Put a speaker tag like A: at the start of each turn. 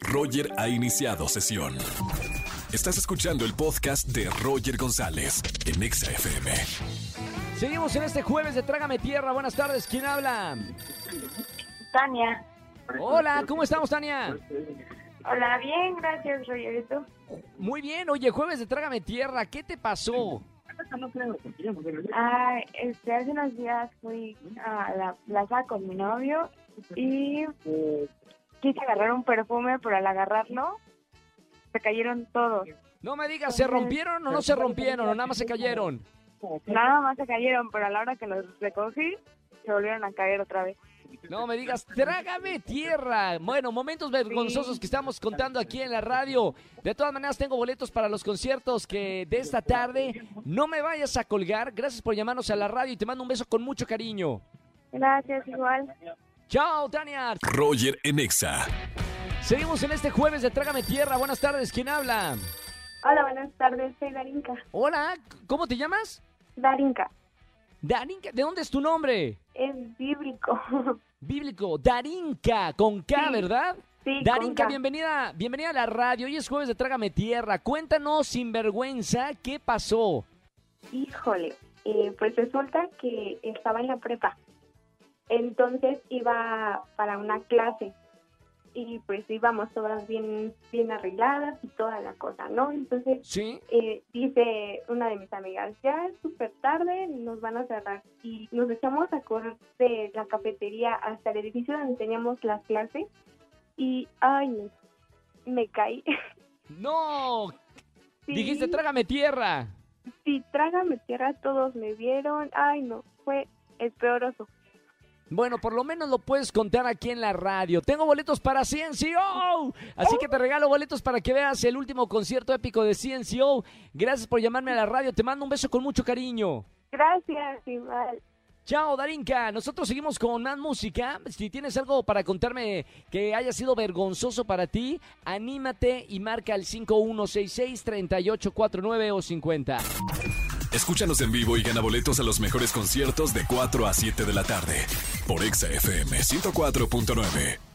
A: Roger ha iniciado sesión. Estás escuchando el podcast de Roger González en Exa FM.
B: Seguimos en este jueves de Trágame Tierra. Buenas tardes, ¿quién habla?
C: Tania.
B: Hola, ¿cómo estamos, Tania?
C: Hola, bien, gracias, Roger. ¿Y tú?
B: Muy bien, oye, jueves de Trágame Tierra, ¿qué te pasó?
C: Ah, este, hace unos días fui a la plaza con mi novio y quise agarrar un perfume, pero al agarrarlo se cayeron todos.
B: No me digas, ¿se rompieron o no se rompieron? ¿O nada más se cayeron?
C: Nada más se cayeron, pero a la hora que los recogí se volvieron a caer otra vez.
B: No me digas, trágame tierra. Bueno, momentos vergonzosos que estamos contando aquí en la radio. De todas maneras, tengo boletos para los conciertos que de esta tarde. No me vayas a colgar. Gracias por llamarnos a la radio y te mando un beso con mucho cariño.
C: Gracias, igual.
B: Chao, Tania.
A: Roger en Exa.
B: Seguimos en este jueves de Trágame Tierra. Buenas tardes, ¿quién habla?
C: Hola, buenas tardes, soy Darinka.
B: Hola, ¿cómo te llamas?
C: Darinka,
B: Darinka, ¿de dónde es tu nombre?
C: es bíblico.
B: Bíblico, Darinka, con K,
C: Sí.
B: ¿verdad?
C: Sí,
B: Darinka,
C: con K.
B: bienvenida, bienvenida a la radio. Hoy es jueves de Trágame Tierra. Cuéntanos, sinvergüenza, ¿qué pasó?
C: Híjole, eh, pues resulta que estaba en la prepa. Entonces iba para una clase y pues íbamos todas bien, bien arregladas y toda la cosa, ¿no? Entonces
B: ¿Sí?
C: eh, dice una de mis amigas, ya es súper tarde, nos van a cerrar. Y nos echamos a correr de la cafetería hasta el edificio donde teníamos las clases y, ay, no, me caí.
B: No,
C: Sí.
B: dijiste Trágame Tierra.
C: Sí, trágame tierra, todos me vieron. Ay, no, fue el peor oso.
B: Bueno, por lo menos lo puedes contar aquí en la radio. Tengo boletos para CNCO. Así que te regalo boletos para que veas el último concierto épico de CNCO. Gracias por llamarme a la radio. Te mando un beso con mucho cariño.
C: Gracias, Imal.
B: Chao, Darinka. Nosotros seguimos con más música. Si tienes algo para contarme que haya sido vergonzoso para ti, anímate y marca el 5166-3849 o 50.
A: Escúchanos en vivo y gana boletos a los mejores conciertos de 4 a 7 de la tarde por Exa FM 104.9.